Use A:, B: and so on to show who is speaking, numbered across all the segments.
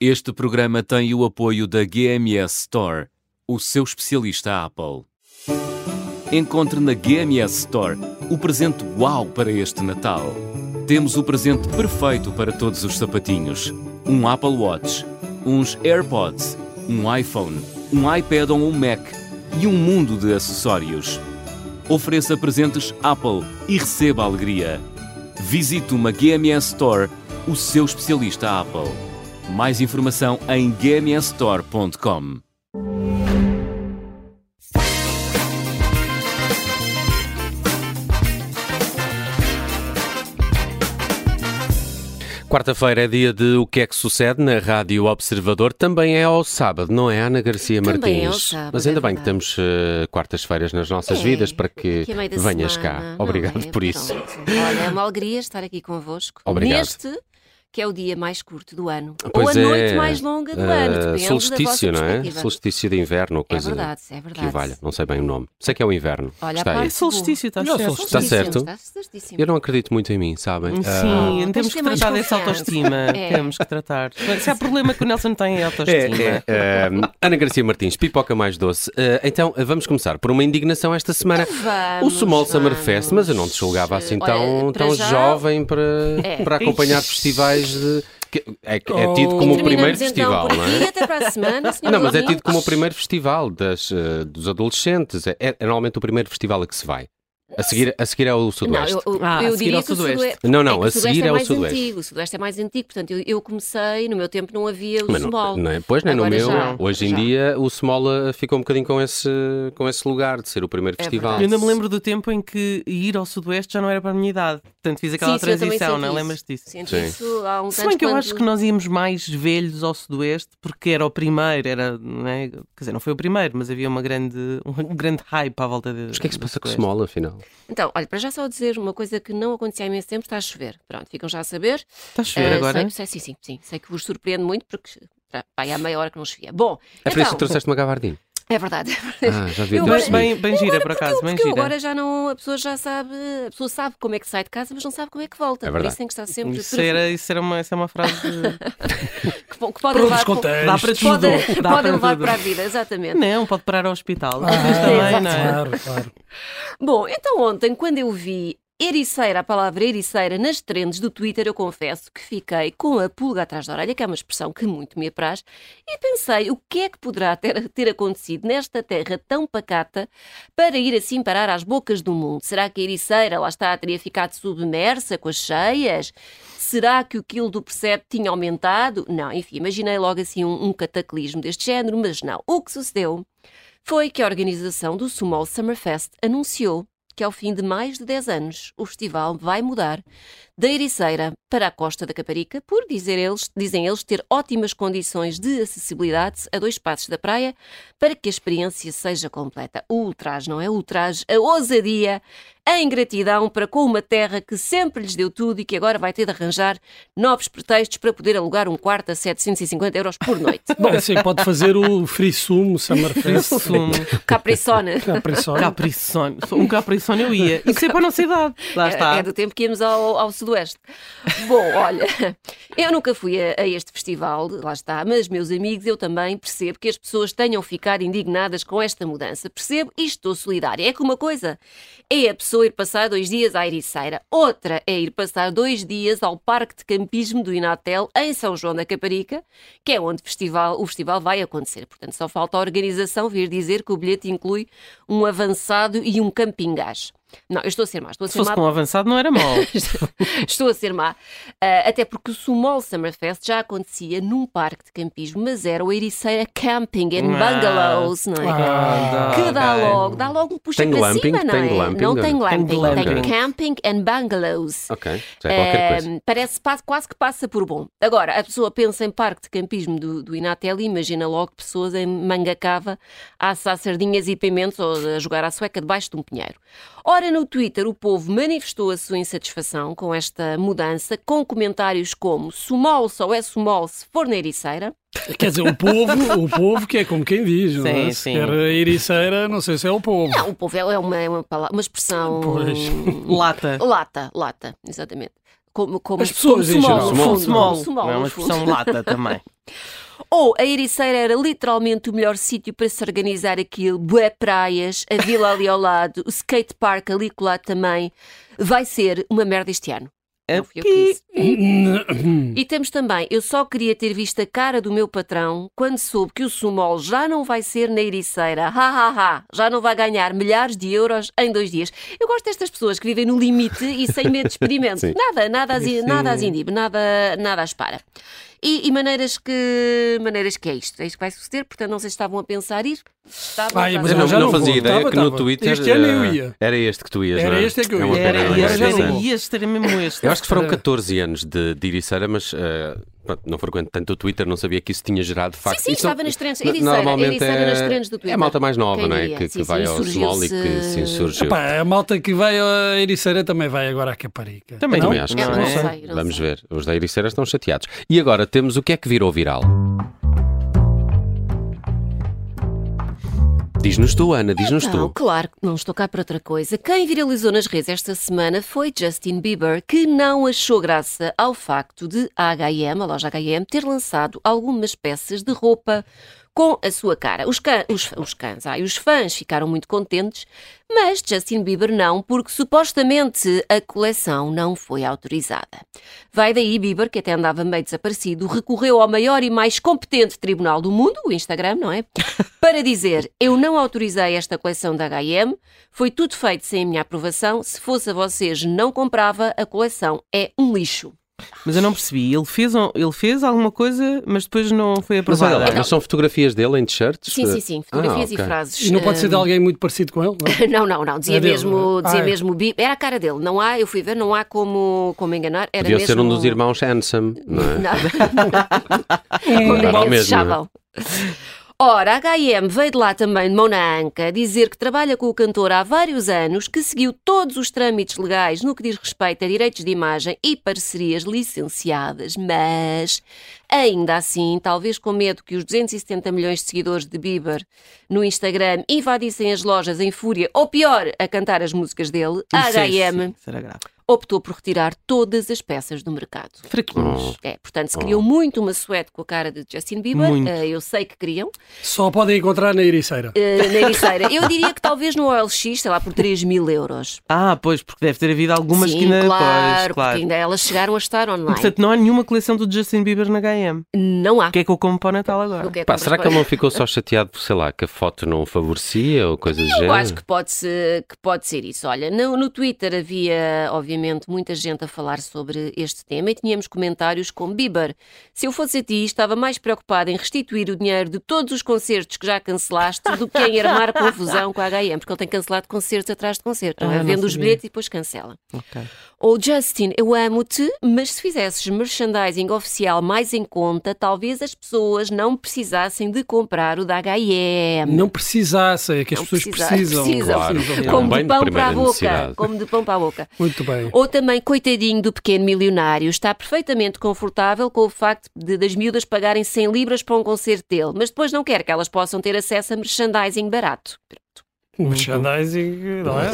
A: Este programa tem o apoio da GMS Store, o seu especialista Apple. Encontre na GMS Store o presente uau para este Natal. Temos o presente perfeito para todos os sapatinhos: um Apple Watch, uns AirPods, um iPhone, um iPad ou um Mac e um mundo de acessórios. Ofereça presentes Apple e receba alegria. Visite uma GMS Store, o seu especialista Apple. Mais informação em gmsstore.com.
B: Quarta-feira é dia de O que é que sucede na Rádio Observador. Também é ao sábado, não é, Ana Garcia
C: Também
B: Martins?
C: é ao sábado,
B: Mas ainda
C: é
B: bem que
C: verdade.
B: temos eh, quartas-feiras nas nossas
C: É,
B: vidas para que,
C: aqui a meio da
B: venhas
C: semana,
B: cá.
C: não
B: Obrigado
C: é?
B: por isso.
C: Pronto. Olha, é uma alegria estar aqui convosco.
B: Obrigado.
C: Neste, que é o dia mais curto do ano.
B: Pois
C: Ou a
B: é,
C: noite mais longa do ano,
B: eh,
C: depende da vossa
B: solstício, não é?
C: perspectiva.
B: Solstício de inverno,
C: É
B: coisa
C: verdade, é
B: que
C: verdade.
B: valha. Não sei bem o nome. Sei que é o inverno.
C: Olha,
B: Está
C: a
B: aí.
C: parte
D: Solstício, está
E: Não,
D: certo.
C: boa.
B: Está Tá certo?
C: Está certíssimo.
B: Eu não acredito muito em mim, sabem? Ah,
D: Sim,
C: Ah, tens
D: temos
C: de ter
D: que
C: mais
D: tratar dessa
C: confiança.
D: autoestima.
C: É.
D: Temos que tratar. Se há problema que o Nelson tem é autoestima.
B: É, é, hum, Ana Garcia Martins, pipoca mais doce. Eh, então, eh, vamos começar por uma indignação esta semana.
C: Vamos,
B: o Small Summer
C: vamos.
B: Fest, mas eu não te julgava assim
C: Olha,
B: tão,
C: para
B: tão
C: já-
B: jovem para,
C: É.
B: para acompanhar
D: Ixi.
B: festivais de. que- é, é
D: Oh.
B: tido
C: E
B: como o primeiro
C: terminamos
B: festival,
C: então, por
B: não
C: aqui,
B: é?
C: até para a semana, senhor
B: Não, mas é tido
C: ouvinte.
B: como o primeiro festival das, eh, dos adolescentes. É, é normalmente o primeiro festival a que se vai. A seguir, a seguir é o
C: Não,
B: Sudoeste.
C: eu, eu,
E: Ah,
C: eu
E: a seguir
C: diria
E: ao
C: que o
E: Sudoeste.
C: Sudoeste.
B: Não, não,
C: que
B: a seguir é o
C: mais
B: Sudoeste.
C: Antigo, o Sudoeste é mais antigo, portanto, eu, eu comecei, no meu tempo não havia o
B: Mas não-
C: small.
B: não é? Pois nem no
C: Agora
B: meu.
C: já,
B: Hoje em
C: já.
B: dia o Small eh, ficou um bocadinho com esse, com esse lugar de ser o primeiro
C: É
B: festival.
D: Eu ainda me lembro do tempo em que ir ao Sudoeste já não era para a minha idade. Portanto, fiz aquela
C: Sim, sim, eu também
D: transição,
C: senti
D: não
C: isso.
D: lembras disso?
C: Senti
B: Sim.
C: isso há uns
D: Se
C: anos.
D: bem que eu
C: quando-
D: acho que nós íamos mais velhos ao Sudoeste porque era o primeiro, era, não é? quer dizer, não foi o primeiro, mas havia uma grande, um grande hype à volta de.
B: Mas o que é que se passa com o
D: Sudoeste.
B: Small, afinal?
C: Então, olha, para já só dizer uma coisa que não acontecia há imenso tempo, está a chover. Pronto, ficam já a saber.
D: Está Tá a chover
C: Ah,
D: agora?
C: Sei, sei, sim, sim, sim. Sei que vos surpreende muito porque pá, pá, há meia hora que não chovia. Bom,
B: É por isso
C: então,
B: que trouxeste uma gabardina.
C: é verdade.
B: Ah, já vi.
C: Eu
B: já
C: agora-
D: Mas
B: percebi.
D: bem, bem gira, por acaso, Ah, bem
C: Porque eu
D: gira.
C: agora já não, a pessoa já sabe, a pessoa sabe como é que sai de casa, mas não sabe como é que volta.
B: É
C: Por
B: verdade.
C: isso tem que estar sempre
D: Isso, era, isso era uma, isso é uma frase. de-
C: que, po- que pode
E: Para
C: levar
E: os contextos.
D: Dá para tudo.
C: pode,
D: Dá
C: pode
D: para
C: levar
D: tudo.
C: para a vida, exatamente.
D: Não, pode parar ao hospital.
E: Ah,
D: Mas também, não é?
E: Claro, claro.
C: Bom, então ontem, quando eu vi ericeira, a palavra ericeira, nas trends do Twitter, eu confesso que fiquei com a pulga atrás da orelha, que é uma expressão que muito me apraz, e pensei o que é que poderá ter, ter acontecido nesta terra tão pacata para ir assim parar às bocas do mundo. Será que a ericeira, lá está, teria ficado submersa com as cheias? Será que o quilo do percebe tinha aumentado? Não, enfim, imaginei logo assim um, um cataclismo deste género, mas não. O que sucedeu foi que a organização do Sumol Summerfest anunciou que ao fim de mais de 10 anos o festival vai mudar da Ericeira para a Costa da Caparica, por dizer eles, dizem eles ter ótimas condições de acessibilidade a dois passos da praia para que a experiência seja completa. O ultraje, não é? O ultraje, a ousadia, a ingratidão para com uma terra que sempre lhes deu tudo e que agora vai ter de arranjar novos pretextos para poder alugar um quarto a 750 euros por noite.
E: Bom, assim, pode fazer o Free Sumo Summerfest.
D: Sumo.
C: Capriçona.
E: Capricorn.
D: Capriçone. Um Capriçone eu ia. Isso é para a nossa idade. Lá
C: É-
D: está.
C: É do tempo que íamos ao, ao Sudoeste. Bom, olha, eu nunca fui a, a este festival, lá está, mas meus amigos, eu também percebo que as pessoas tenham ficado indignadas com esta mudança. Percebo e estou solidária. É que uma coisa é a pessoa ir passar dois dias à Ericeira, outra é ir passar dois dias ao Parque de Campismo do Inatel, em São João da Caparica, que é onde o festival, o festival vai acontecer. Portanto, só falta a organização vir dizer que o bilhete inclui um avançado e um campingás. Não, eu estou a ser má, estou a
D: Se
C: ser
D: fosse
C: má
D: com um avançado, não era mau.
C: Estou a ser má. Ah, até porque o Sumol Summerfest já acontecia num parque de campismo, mas era o Ericeira Camping and
D: Ah.
C: Bungalows, não é?
E: Ah,
C: que dá
D: ok.
C: logo, dá logo um puxa
B: Tem
C: para
B: glamping?
C: cima, não
B: Tem
C: é?
B: glamping,
C: não
B: não é?
C: tem glamping,
D: Tem
C: tem
D: glamping.
C: camping and bungalows.
B: Ok, já é qualquer
C: Eh,
B: coisa.
C: Parece pa- quase que passa por bom. Agora, a pessoa pensa em parque de campismo do, do Inatel e imagina logo pessoas em manga cava a assar sardinhas e pimentos ou a jogar à sueca debaixo de um pinheiro. Ora, no Twitter, o povo manifestou a sua insatisfação com esta mudança, com comentários como sumol só é sumol se for na ericeira.
E: Quer dizer, o povo, o povo que é como quem diz, não é?
D: Sim,
E: Se
D: sim.
E: quer a ericeira, não sei se é o povo.
C: Não, o povo é é uma, é uma, pala- uma expressão
E: Pois.
D: Lata.
C: Lata, lata, exatamente. como, como,
E: As pessoas
C: como
E: em
C: small,
E: geral.
C: no fundo,
D: small.
C: como small,
D: Não é uma
C: no fundo.
D: expressão lata também.
C: Ou a Ericeira era literalmente o melhor sítio para se organizar aquilo. Bué praias, a vila ali ao lado, o skate park ali colado também. Vai ser uma merda este ano. Não fui eu que disse. E temos também, eu só queria ter visto a cara do meu patrão quando soube que o Sumol já não vai ser na Ericeira. Ha, ha, ha. Já não vai ganhar milhares de euros em dois dias. Eu gosto destas pessoas que vivem no limite e sem medo de experimento.
B: Sim.
C: nada, nada as,
D: Sim.
C: nada as inibe, nada, nada as para. E, e maneiras que maneiras que é isto? É isto que vai suceder, portanto não sei se estavam a pensar ir. Estavam,
E: Ai, mas
B: Eu
E: eu
B: não,
E: já
B: não
E: não
B: fazia
E: vou.
B: ideia
E: Tava,
B: que no
E: tava.
B: Twitter.
E: Este ano eu
B: eh,
E: ia.
B: Era este que tu ias,
E: Era
B: não é?
E: este é que eu
B: É uma
E: ia.
B: pena, não
D: Era,
B: é?
D: era,
E: já
B: Este ano.
E: não
D: não ias ter mesmo este.
B: Eu acho que foram
E: Era.
B: 14 anos de, de Ericeira, mas eh, pronto, não frequento tanto o Twitter, não sabia que isso tinha gerado de facto.
C: sim,
B: Isso
C: estava
B: não-
C: nas trends.
B: no-
C: Ericeira,
B: normalmente
C: Ericeira
B: é,
C: nas trends do
B: É
C: Twitter.
B: a malta mais nova,
C: Quem
B: não é?
C: diria?
B: Que, que
C: Sim, sim,
B: vai ao small e que
C: insurgiu-se-
B: se insurgiu.
E: Pá, a malta que vai a Ericeira também vai agora à Caparica.
D: Também
E: não?
B: Também acho que
C: Eu
B: sim.
C: É, não
D: sei,
C: não sei.
B: Vamos ver. Os da Ericeira estão chateados. E agora temos o que é que virou viral? Diz-nos tu, Ana, diz-nos
C: Não,
B: tu.
C: Ah, claro que não estou cá para outra coisa. Quem viralizou nas redes esta semana foi Justin Bieber, que não achou graça ao facto de a H&M, a loja H&M, ter lançado algumas peças de roupa com a sua cara. Os, can, os, os cães, ai, os fãs ficaram muito contentes, mas Justin Bieber não, porque supostamente a coleção não foi autorizada. Vai daí Bieber, que até andava meio desaparecido, recorreu ao maior e mais competente tribunal do mundo, o Instagram, não é? para dizer eu não autorizei esta coleção da H&M, foi tudo feito sem a minha aprovação, se fosse a vocês não comprava, a coleção é um lixo.
D: Mas eu não percebi. Ele fez, um- ele fez alguma coisa, mas depois não foi
B: Mas olha
D: aprovada.
B: lá, mas são fotografias dele em t-shirts?
C: Sim, sim, sim, fotografias
B: Ah,
C: e
B: ok.
C: frases.
E: E não pode ser de
C: Hum,
E: alguém muito parecido com ele, não é?
C: Não, não, não, dizia
E: É dele,
C: mesmo,
E: né?
C: dizia
E: Ah, é.
C: mesmo, Bi- era a cara dele, não há, eu fui ver, não há como, como enganar, era
B: Devia
C: mesmo...
B: ser um dos irmãos Handsome, não é?
C: Como é que
B: Não,
C: eles
B: mesmo, né?
C: se chamam? Ora, a H&M veio de lá também de mão na anca dizer que trabalha com o cantor há vários anos, que seguiu todos os trâmites legais no que diz respeito a direitos de imagem e parcerias licenciadas, mas ainda assim, talvez com medo que os 270 milhões de seguidores de Bieber no Instagram invadissem as lojas em fúria ou pior, a cantar as músicas dele, a
D: Isso é-
C: H&M
D: isso era grave.
C: optou por retirar todas as peças do mercado.
B: Hum.
D: Fraquinhos.
C: É, portanto, se criou muito uma suéte com a cara de Justin Bieber.
D: Oh. Muito.
C: eh, eu sei que queriam.
E: Só podem encontrar na Ericeira.
C: eh, na ericeira. Eu diria que talvez no OLX, sei lá, por 3 mil euros.
D: Ah, pois, porque deve ter havido algumas
C: Sim,
D: que ainda.
C: claro,
D: pois, claro.
C: porque ainda elas chegaram a estar online.
D: Portanto, não há nenhuma coleção do Justin Bieber na HM.
C: não há.
D: O que é que eu como para o Natal agora?
C: O que é que
B: Pá,
C: compras
B: será que
C: para-
B: ele não ficou só chateado por, sei lá, que a foto não o favorecia ou coisa do
C: Eu
D: É.
B: género?
C: acho que pode, ser, que pode ser isso. Olha, no, no Twitter havia, obviamente, muita gente a falar sobre este tema e tínhamos comentários com Bieber. Se eu fosse a ti, estava mais preocupada em restituir o dinheiro de todos os concertos que já cancelaste do que em armar confusão com a H&M, porque ele tem cancelado concertos atrás de concerto. não é?
D: Ah, não
C: Vende os
D: sabia.
C: bilhetes e depois cancela.
D: Ok.
C: Ou Justin, eu amo-te, mas se fizesses merchandising oficial mais em conta, talvez as pessoas não precisassem de comprar o da H&M.
E: Não precisassem, é que as
C: Não
E: pessoas
C: precisa-
E: precisam.
C: precisam.
B: Claro. É um
C: Como
B: bem
C: de
B: de
C: pão para
B: primeira
C: a boca.
B: necessidade.
C: Como de pão para a boca.
E: Muito bem.
C: Ou também, coitadinho do pequeno milionário, está perfeitamente confortável com o facto de das miúdas pagarem 100 libras para um concerto dele, mas depois não quer que elas possam ter acesso a merchandising barato.
E: Merchandising, não é?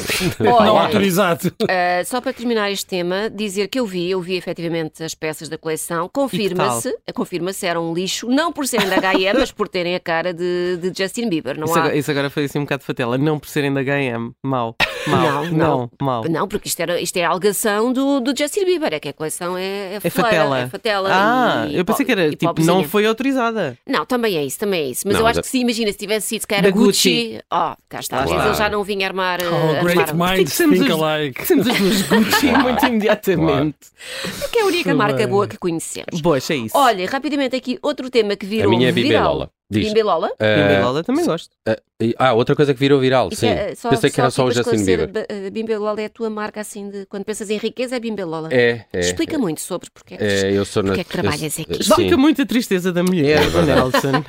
C: Olha.
E: Não autorizado.
C: Uh, só para terminar este tema, dizer que eu vi, eu vi efetivamente as peças da coleção, confirma-se, confirma-se, eram um lixo, não por serem da H&M, mas por terem a cara de, de Justin Bieber, não
E: é
D: Isso,
C: há...
D: agora, isso agora foi assim um bocado fatela. Não por serem da HM. Mau. Mau.
C: Não,
D: Não,
C: não.
D: mau.
C: Não, porque isto, era, isto é a alegação do, do Justin Bieber, é que a coleção é, é,
D: É
C: fleira,
D: fatela.
C: é fatela
D: Ah,
C: e-
D: eu pensei
C: e
D: que era tipo,
C: pobrezinha.
D: não foi autorizada.
C: Não, também é isso, também é isso. Mas
B: Não,
C: eu acho
B: da-
C: que sim, imagina, se tivesse sido que era
D: Da Gucci.
C: Gucci, ó, cá está, às vezes
B: Claro.
C: ele já não vinha armar. eh,
E: Oh,
C: armar
E: great
C: o-
E: minds
D: Temos
E: think
D: os-
E: alike.
D: Temos as duas Gucci
B: Claro,
D: muito imediatamente.
C: Porque é a única
E: Tudo
C: marca
E: bem.
C: boa que conhecemos.
D: Boas, é isso.
C: Olha, rapidamente aqui, outro tema que virou
B: a minha é
C: viral.
B: Bibelola. Diz.
C: Bimbelola?
B: eh,
D: Bimbelola também gosto.
B: e- ah, outra coisa que virou viral,
C: Isso
B: sim.
C: é, só-
B: Pensei que era só o
C: aqui para
B: Justin
C: esclarecer,
B: Bieber.
C: b- eh, Bimbelola é a tua marca assim de. Quando pensas em riqueza, é Bimbelola.
B: É, é.
C: Explica muito sobre porque é que-
B: É, eu sou na-
C: Porque é que trabalhas
B: eu-
C: aqui?
B: Sim.
D: Fica muita tristeza da mulher,
B: É verdade.
D: Nelson.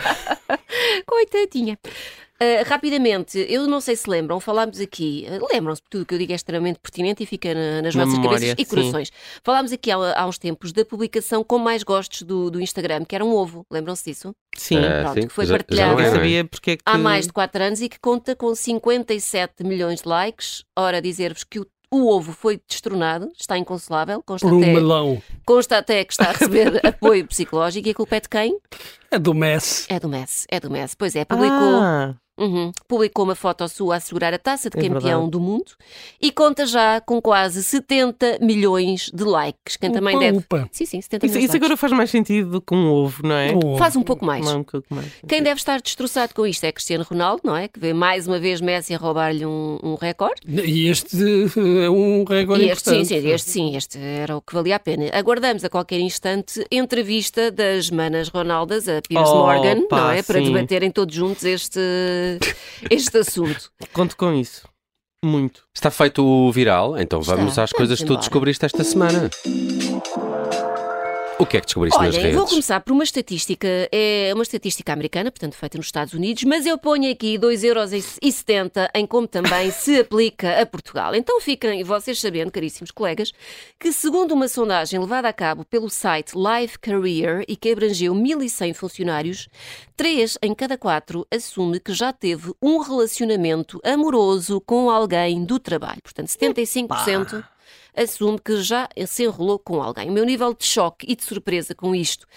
C: Coitadinha. Ah, rapidamente, eu não sei se lembram, falámos aqui, ah, lembram-se, porque tudo o que eu digo é extremamente pertinente e fica na- nas
D: Na
C: nossas
D: memória,
C: cabeças e
D: sim.
C: corações. Falámos aqui há, há uns tempos da publicação com mais gostos do, do Instagram, que era um ovo, lembram-se disso?
D: Sim.
B: Eh,
C: Pronto,
B: sim,
C: que foi
B: já- já
C: partilhada.
B: não é,
D: Eu
B: não é?
D: sabia porque é que.
C: Há mais de 4 anos e que conta com 57 milhões de likes. Ora, dizer-vos que o, O ovo foi destronado, está inconsolável,
E: Por um
C: constatei,
E: melão.
C: constatei que está a receber apoio psicológico e a culpa é de quem?
E: É do Messi.
C: É do Messi, é do Messi. Pois é, publicou,
D: Ah,
C: Uhum. Publicou uma foto sua a segurar a taça de
D: É
C: campeão
D: verdade.
C: do mundo e conta já com quase 70 milhões de likes. Quem também
E: upa,
C: deve.
E: upa.
C: Sim, sim, 70
D: isso,
C: milhões
D: isso
C: de likes.
D: agora faz mais sentido do que um ovo, não é?
E: Oh,
C: Faz um pouco mais.
D: Não, um pouco mais.
C: Quem deve estar destroçado com isto é Cristiano Ronaldo, não é? Que vê mais uma vez Messi a roubar-lhe um, um recorde.
E: E este eh, é um recorde
C: E este, sim,
E: importante.
C: sim, este sim, este era o que valia a pena. Aguardamos a qualquer instante entrevista das manas Ronaldas a Piers
D: Oh,
C: Morgan,
D: pá,
C: não é? Para
D: sim.
C: debaterem todos juntos este, este assunto.
D: Conto com isso. Muito.
B: Está feito o viral, então
C: Está.
B: vamos às
C: Vamos
B: coisas que tu
C: embora.
B: descobriste esta semana. O que é que descobriste nas
C: Olha, eu
B: redes?
C: vou começar por uma estatística, é uma estatística americana, portanto feita nos Estados Unidos, mas eu ponho aqui 2,70€ em como também se aplica a Portugal. Então fiquem vocês sabendo, caríssimos colegas, que segundo uma sondagem levada a cabo pelo site Life Career e que abrangeu 1.100 funcionários, 3 em cada 4 assume que já teve um relacionamento amoroso com alguém do trabalho. Portanto, 75% assume que já se enrolou com alguém. O meu nível de choque e de surpresa com isto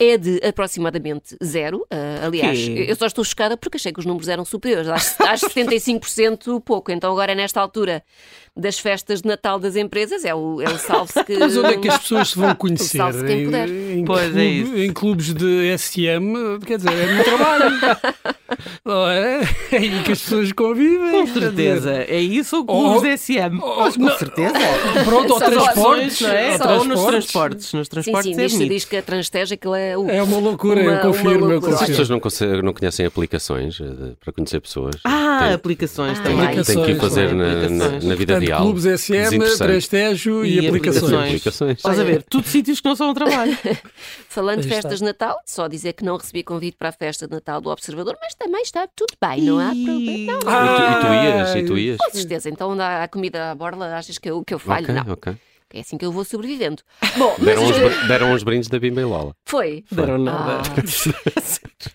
C: é de aproximadamente zero. Ah, aliás,
D: Quê?
C: eu só estou chocada porque achei que os números eram superiores, às, às 75% pouco. Então, agora, nesta altura das festas de Natal das empresas, é o, é o salve-se que.
E: Mas onde é que as pessoas se vão conhecer?
C: Salve-se quem puder.
E: Em, em
D: Pois, é isso.
E: em clubes de SM, quer dizer, é no trabalho. Não é? É aí que as pessoas convivem.
D: Com
E: quer dizer.
D: certeza. É isso ou
E: Oh,
D: clubes de SM?
E: oh,
D: Mas com
E: não.
D: certeza.
E: Pronto, ao
C: Só razões,
E: transportes.
D: Não é? Ou
E: ao
D: nos
E: transportes.
D: transportes. Nos
C: Sim,
D: transportes
C: sim,
D: é
C: diz,
D: bonito.
C: diz que a transteja aquilo é o.
E: É uma loucura,
C: Uma-
E: eu confirmo,
C: uma
E: eu
C: loucura.
B: As pessoas
E: confirmo.
B: não, conse- não conhecem aplicações eh, de- para conhecer pessoas.
D: Ah,
B: Tem-
D: aplicações
C: Ah,
D: também.
E: tem
B: tem
E: que-
B: que ir
E: aplicações,
B: fazer na, na-
D: Aplicações.
B: na vida
E: Portanto,
B: real.
E: clubes SM,
B: Desinteressante.
E: Trastejo e,
D: E
E: aplicações.
D: aplicações.
B: aplicações.
D: Estás a
C: Olha-
D: ver? Tudo sítios que não são o trabalho.
C: Falando de
E: Aí está.
C: festas de Natal, só dizer que não recebi convite para a festa de Natal do Observador, mas também está tudo bem, não há problema.
B: E
C: Não,
B: tu,
E: Ah,
B: e tu ias? E tu ias?
C: Com certeza, então onde há comida à borla, achas que eu, que eu falho?
B: ok,
C: não.
B: ok.
C: É assim que eu vou sobrevivendo. Bom, mas,
B: Deram uns,
C: eh,
B: br- deram uns brindes da Bimba e Lola.
C: foi.
D: Deram
C: Ah,
D: nada.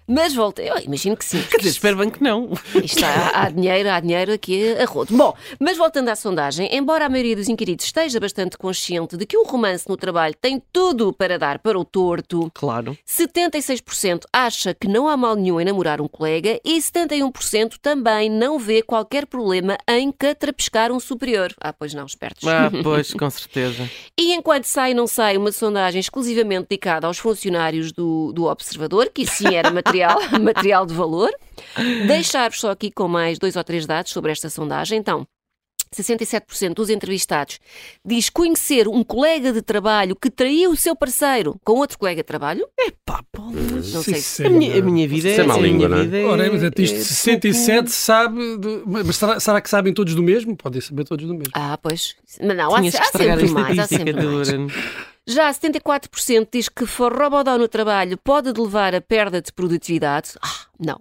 C: mas voltei. Eu imagino que sim. porque
D: Quer dizer, espero bem que não.
C: Isto há, há dinheiro, há dinheiro aqui a rodo. Bom, mas voltando à sondagem, embora a maioria dos inquiridos esteja bastante consciente de que um romance no trabalho tem tudo para dar para o torto,
D: Claro.
C: 76% acha que não há mal nenhum em namorar um colega e 71% também não vê qualquer problema em catrapiscar um superior. Ah, pois não, espertos.
D: Ah, pois, com certeza.
C: E enquanto sai, não sai uma sondagem exclusivamente dedicada aos funcionários do, do Observador, que isso sim era material, material de valor. Deixar-vos só aqui com mais dois ou três dados sobre esta sondagem. Então, 67% dos entrevistados diz conhecer um colega de trabalho que traiu o seu parceiro com outro colega de trabalho.
D: Pá, bolas.
C: Não
E: Sim,
C: sei se
E: sim.
D: A minha, a minha vida
B: Isso é
D: é.
B: má
D: a
B: língua,
D: minha
B: não é?
D: vida é-
E: Ora, mas isto
D: é
E: 67 sabe. de- mas será, será que sabem todos do mesmo? Podem saber todos do mesmo.
C: Ah, pois. Mas não, há,
D: Tinhas que
C: há
D: estragar a
C: sempre mais. Há
D: estatística,
C: sempre mais.
D: Duran.
C: Já 74% diz que forrobodó no trabalho pode levar a perda de produtividade. Ah, não.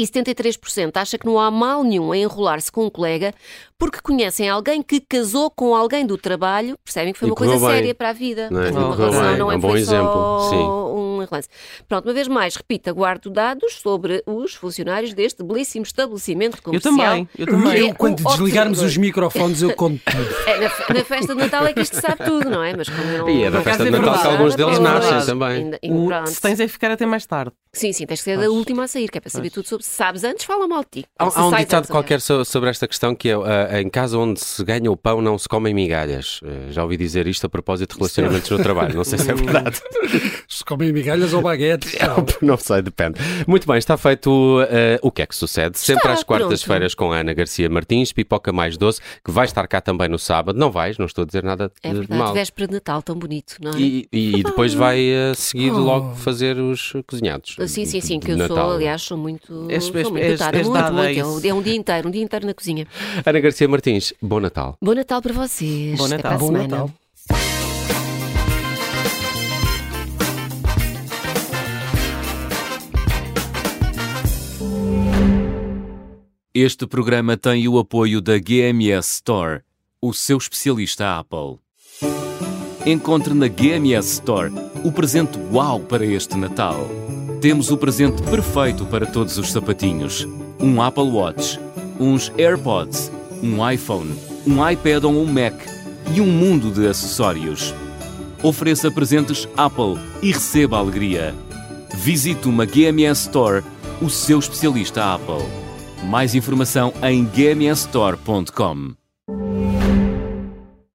C: E 73% acha que não há mal nenhum em enrolar-se com um colega porque conhecem alguém que casou com alguém do trabalho. Percebem que foi
B: E
C: uma coisa
B: correu bem.
C: séria para a vida.
B: Não é?
C: Foi uma
D: Correu
C: relação,
D: bem.
C: não
B: É um
C: foi
B: bom exemplo,
C: só
B: sim.
C: um enlace. Pronto, uma vez mais, repito, aguardo dados sobre os funcionários deste belíssimo estabelecimento
D: Eu
C: comercial.
D: também, eu também.
C: Eu-
E: Eu, quando
C: o
E: desligarmos
C: observador.
E: os microfones, eu conto tudo.
C: É, na, fe- na festa de Natal é que isto sabe tudo, não é? Mas como eu não...
B: E é da
D: Por acaso
B: festa de
D: é
B: Natal que
D: verdade.
B: alguns deles
D: Pois.
B: nascem também.
C: Ainda- ainda-
D: O-
C: pronto.
D: se tens é ficar até mais tarde.
C: Sim, sim, tens que ser
D: Pois.
C: da última a sair, que é para saber
D: Pois.
C: tudo sobre. Se sabes antes, fala mal de ti.
B: Há,
C: Se é.
B: há um
C: sais
B: ditado
C: antes,
B: qualquer so- sobre esta questão que é ah, em casa onde se ganha o pão não se comem migalhas. Eh, já ouvi dizer isto a propósito de relacionamentos no trabalho. Não sei se é verdade.
E: Se comem migalhas ou baguetes. não.
B: não sei, depende. Muito bem, está feito eh, o que é que sucede. Sempre
C: Está,
B: às quartas-feiras com a Ana Garcia Martins, Pipoca Mais Doce, que vai estar cá também no sábado. Não vais, não estou a dizer nada de
C: É verdade,
B: mal.
C: véspera de Natal, tão bonito, não é?
B: E, e- e depois vai eh, seguir
E: Oh.
B: logo fazer os cozinhados.
C: Sim, sim, sim,
B: de
C: que eu
B: Natal.
C: sou, aliás, sou muito.
D: És-
C: sou
D: és-
C: muito
D: és-
C: dotada,
D: és
C: muito,
D: dada a
C: muito. É o-
D: isso.
C: É um dia inteiro, um dia inteiro na cozinha.
B: Ana Garcia Martins, bom Natal.
C: Bom Natal para vocês.
D: Bom
C: Até
D: Natal.
C: para a
D: Bom
C: semana.
E: Natal.
A: Este programa tem o apoio da GMS Store, o seu especialista Apple. Encontre na GMS Store o presente uau para este Natal. Temos o presente perfeito para todos os sapatinhos: um Apple Watch, uns AirPods, um iPhone, um iPad ou um Mac e um mundo de acessórios. Ofereça presentes Apple e receba alegria. Visite uma GMS Store, o seu especialista Apple. Mais informação em gmsstore.com.